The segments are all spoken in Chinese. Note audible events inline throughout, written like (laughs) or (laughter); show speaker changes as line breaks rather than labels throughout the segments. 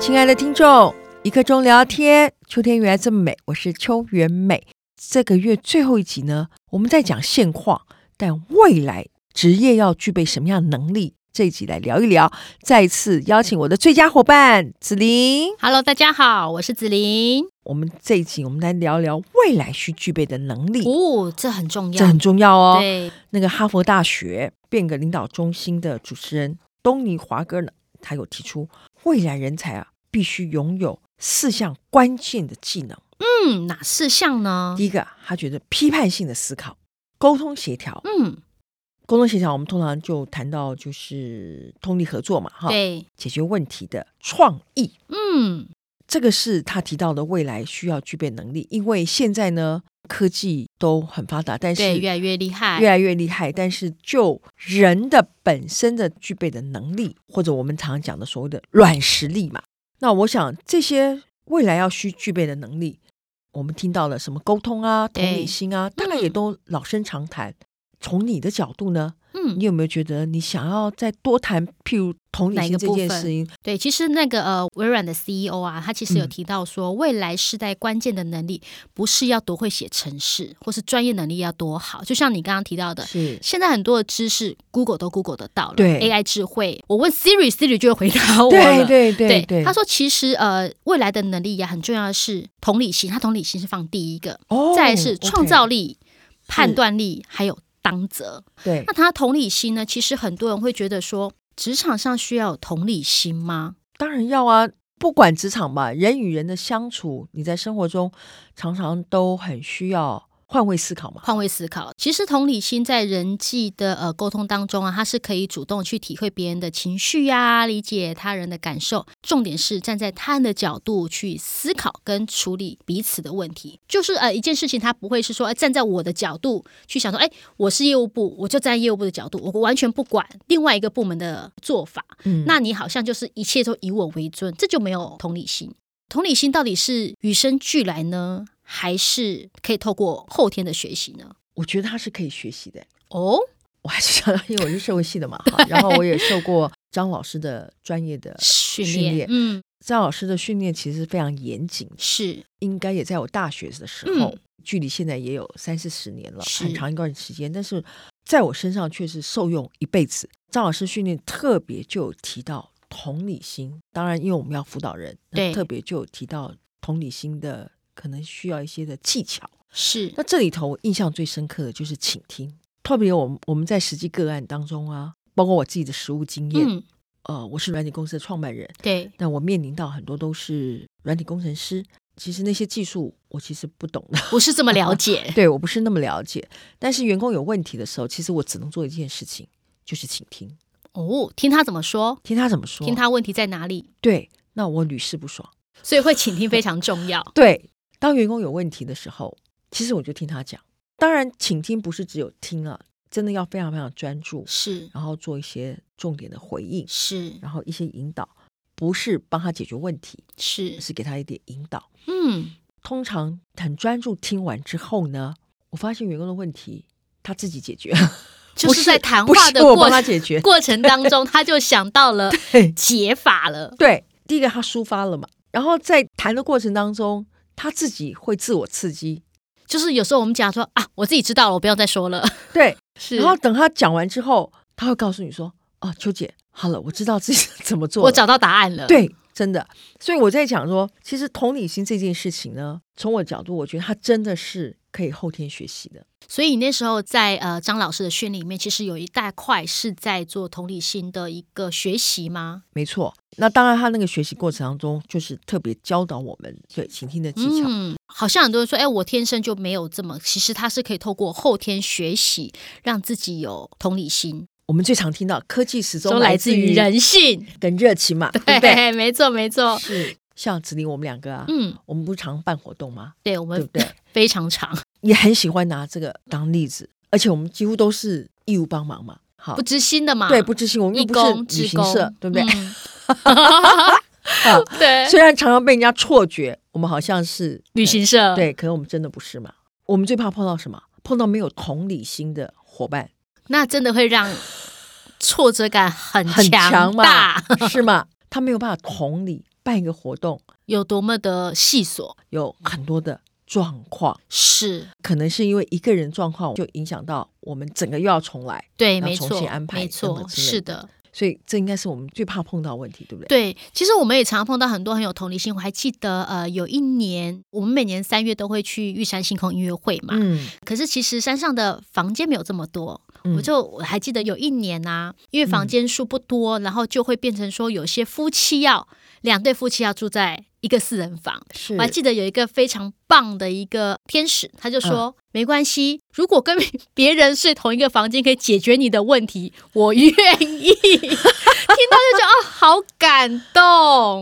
亲爱的听众，一刻钟聊天，秋天原来这么美，我是邱元美。这个月最后一集呢，我们在讲现况，但未来职业要具备什么样的能力？这一集来聊一聊。再次邀请我的最佳伙伴子琳。
Hello，大家好，我是子琳。
我们这一集我们来聊聊未来需具备的能力，
哦，这很重要，
这很重要哦。
对，
那个哈佛大学变革领导中心的主持人东尼·华格呢，他有提出，未来人才啊必须拥有四项关键的技能。
嗯，哪四项呢？
第一个，他觉得批判性的思考、沟通协调。
嗯，
沟通协调，我们通常就谈到就是通力合作嘛，哈，
对，
解决问题的创意，
嗯，
这个是他提到的未来需要具备能力。因为现在呢，科技都很发达，但
对，
是
越来越厉害，
越来越厉害，但是就人的本身的具备的能力，或者我们常讲的所谓的软实力嘛，那我想这些未来要需具备的能力，我们听到了什么沟通啊、同
对
理心啊，大概也都老生常谈。从你的角度呢，
嗯
你，有没有觉得你想要再多谈，譬如同理
哪一
心
个
这
部
件
分
事情？
对，其实那个呃，微软的 CEO 啊，他其实有
嗯
提到说，未来世代关键的能力不是要多会写程式，或是专业能力要多好，就像你刚刚提到的。
是
现在很多的知识，Google 都 Google 得到了。
对
，AI 智慧，我问 Siri，Siri 就会回答我
对
了。
对对对，
他说其实呃，未来的能力也很重要的是同理心，他同理心是放第一个，
哦
再来是
OK，
创造力、判断力，还有当责。
对
那，他同理心呢？其实很多人会觉得说，职场上需要有同理心吗？
当然要啊，不管职场吧，人与人的相处，你在生活中常常都很需要换位思考嘛。
换位思考，其实同理心在人际的呃沟通当中啊，它是可以主动去体会别人的情绪呀、理解他人的感受。重点是站在他人的角度去思考跟处理彼此的问题。就是呃一件事情，它不会是说、哎站在我的角度去想说，哎，我是业务部，我就站在业务部的角度，我完全不管另外一个部门的做法。
嗯
那你好像就是一切都以我为尊，这就没有同理心。同理心到底是与生俱来呢，还是可以透过后天的学习呢？
我觉得他是可以学习的。
哦，
我还是想到， (laughs) 因为我是社会系的嘛，哈，然后我也受过张老师的专业的
训
训练
嗯，
张老师的训练，其实非常严谨，
是
应该也在我大学的时候，
嗯
距离现在也有三四十年了，
是
很长一段时间。但是在我身上却是受用一辈子。张老师训练特别就有提到同理心，当然因为我们要辅导人，那
对
特别就有提到同理心的可能需要一些的技巧。
是
那，这里头我印象最深刻的就是倾听，特别我们我们在实际个案当中啊，包括我自己的实务经验，
嗯，
呃，我是软体公司的创办人，
对，
那我面临到很多都是软体工程师，其实那些技术我其实不懂的， (laughs)
不是这么了解，
对我不是那么了解。但是员工有问题的时候，其实我只能做一件事情，就是倾听，
哦，听他怎么说，
听他怎么说。
听他问题在哪里，
对，那我屡试不爽。，
所以会倾听非常重要
对，当员工有问题的时候，其实我就听他讲。当然，倾听不是只有听啊，真的要非常非常专注，
(laughs) 是
然后做一些重点的回应，
是
然后一些引导，不是帮他解决问题，
是，
是给他一点引导。
嗯，
通常很专注听完之后呢，我发现员工的问题他自己解决，
(laughs) 就
不
是在谈
不
话
是
的
我
过
帮他解
(laughs)
决。
过程当中，他就想到了
对
解法了，
对，第一个他抒发了嘛，然后在谈的过程当中，他自己会自我刺激。
就是有时候我们讲说啊，我自己知道了，我不要再说了。
对，
是
然后等他讲完之后，他会告诉你说：“哦，秋姐，好了，我知道自己怎么做了。”
我找到答案了。，
对，真的。所以我在讲说，其实同理心这件事情呢，从我的角度，我觉得它真的是可以后天学习的。
所以你那时候在呃张老师的训练里面，其实有一大块是在做同理心的一个学习吗？
没错，那当然，他那个学习过程当中，就是特别教导我们对倾听的技巧。
嗯，好像很多人说，哎，我天生就没有这么，其实他是可以透过后天学习，让自己有同理心，
我们最常听到科技始终
都来自于人性。
跟热情嘛， (laughs) 对不
(laughs)
对？
没错，没错。
是像子林我们两个啊，
嗯，
我们不常办活动吗？
对，我
对
们
不
(laughs)
对？
非常长，
也很喜欢拿这个当例子，而且我们几乎都是义务帮忙嘛。好
不，知心的嘛。
对，不知心，我们
啊
又
义
不是
工、
旅
职
行
工
社，，对不对？
嗯
(laughs) 啊
对，
虽然常常被人家错觉，我们好像是
(laughs) 旅行社。
对，可能我们真的不是嘛。我们最怕碰到什么？碰到没有同理心的伙伴。
那真的会让挫折感很
很
强
嘛
大。， (laughs)
是吗？他没有办法同理，办一个活动
有多么的细琐，
有很多的状况，
是
可能是因为一个人状况就影响到我们整个又要重来，
对，
要
没
重
错
新安，排
没
等等
错，
之类
是
的
的。
所以这应该是我们最怕碰到的问题，对不对？
对，其实我们也常碰到很多很有同理心。我还记得，呃，有一年我们每年三月都会去玉山星空音乐会嘛，
嗯，
可是其实山上的房间没有这么多，
嗯
我就我还记得有一年啊，因为房间数不多，然后就会变成说有些夫妻要两对夫妻要住在一个四人房。
是
我还记得有一个非常棒的一个天使，他就说、没关系，如果跟别人睡同一个房间可以解决你的问题，我愿意。听到 (laughs) 就觉得啊、好感动。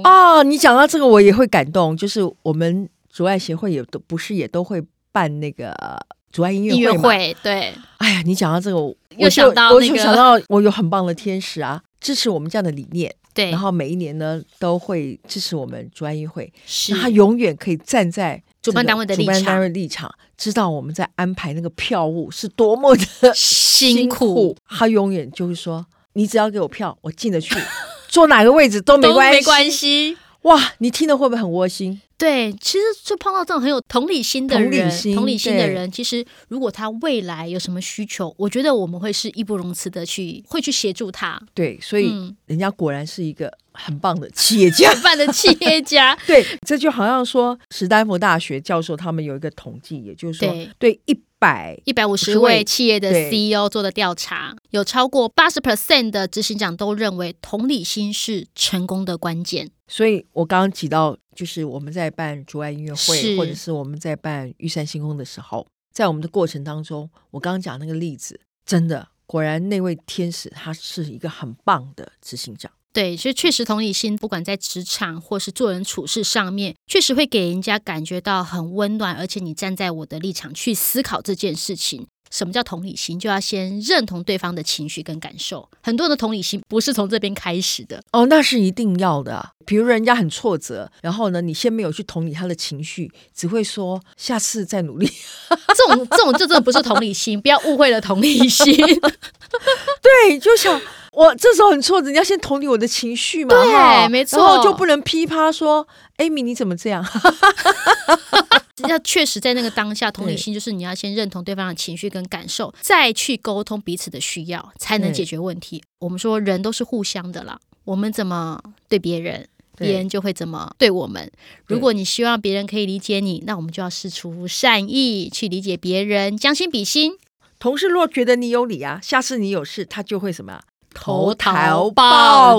哦，你讲到这个我也会感动，就是我们竹爱协会也都不是也都会办那个呃竹爱音乐
音乐
会嘛。
会，对，
哎呀，你讲到这个，我
又
我就
想到
我
那
就
个
想到我有很棒的天使啊，支持我们这样的理念，
对，
然后每一年呢都会支持我们竹爱音乐会，
是
那他永远可以站在。
主办单位的
主办
立场
单位立场，知道我们在安排那个票务是多么的
(laughs) 辛苦，
他永远就会说：“你只要给我票，我进
(laughs)
得去，坐哪个位置都没
都
关系。
没关系。
哇，你听了会不会很窝心？
对，其实就碰到这种很有同理心的
同理
人，
心
同理心的
对
人，其实如果他未来有什么需求，我觉得我们会是义不容辞的去，会去协助他。
对，所以
嗯，
人家果然是一个很棒的企业家。，
办的企业家
对，这就好像说史丹佛大学教授他们有一个统计，也就是说
对，
对一百
一百五十
50
位
位
企业的
对
CEO 做的调查，有超过八十 percent 的执行长都认为同理心是成功的关键。
所以我刚刚提到，就是我们在办竹爱音乐
是
会，或者是我们在办玉山星空的时候，在我们的过程当中，我刚刚讲那个例子，真的果然那位天使他是一个很棒的执行长。
对，所以确实同理心，不管在职场或是做人处事上面，确实会给人家感觉到很温暖，而且你站在我的立场去思考这件事情。什么叫同理心？就要先认同对方的情绪跟感受。很多人的同理心不是从这边开始的，
哦，那是一定要的。啊比如人家很挫折，然后呢，你先没有去同理他的情绪，只会说下次再努力。 (laughs)
这种这种就真的不是同理心，不要误会了同理心。
对，就想我这时候很挫折，你要先同理我的情绪嘛，
对
哈
没错
然后就不能噼啪说，Amy 哎你怎么这样？
要确实在那个当下，同理心就是你要先认同对方的情绪跟感受，再去沟通彼此的需要，才能
对
解决问题。我们说人都是互相的啦，我们怎么对别人，
对
别人就会怎么对我们。
对
如果你希望别人可以理解你，那我们就要试出善意去理解别人，将心比心，
同事若觉得你有理啊，下次你有事，他就会什么啊？
投桃
桃
报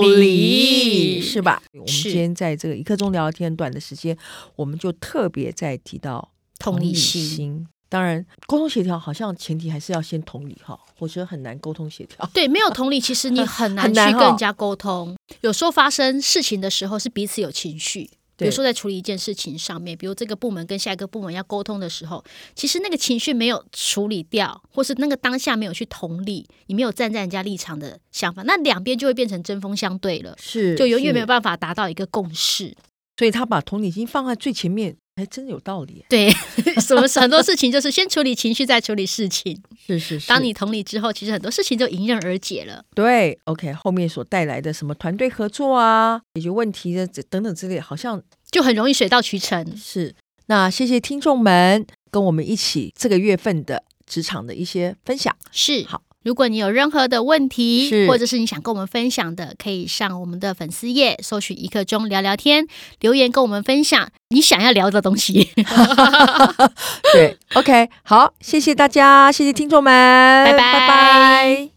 报
李
是吧？我们
是
今天在这个一刻钟聊天短的时间，我们就特别在提到
同理心。
当然，沟通协调好像前提还是要先同理哈，否则很难沟通协调。
对，没有同理，其实你很难
很
去
难
跟
哦
人家沟通。有时候发生事情的时候，是彼此有情绪。比如
对
说，在处理一件事情上面，比如这个部门跟下一个部门要沟通的时候，其实那个情绪没有处理掉，或是那个当下没有去同理，你没有站在人家立场的想法，那两边就会变成针锋相对了，
(laughs) (laughs) 是
就永远没有
法。
办法达到一个共识。
所以他把同理心放在最前面，还真有道理。啊
对， (laughs) 什么很多事情就是先处理情绪，再处理事情。
是是是
当你同理之后，其实很多事情就迎刃而解了。
对 OK 后面所带来的什么团队合作啊、解决问题的这等等之类，好像
就很容易水到渠成，
是，那谢谢听众们跟我们一起这个月份的职场的一些分
(laughs)
享。
是
好。
如果你有任何的问题，
是
或者是你想跟我们分享的，可以上我们的粉丝页搜寻一刻钟聊聊天，留言跟我们分享你想要聊的东西。
对，OK，好，谢谢大家，谢谢听众们，
拜拜
拜拜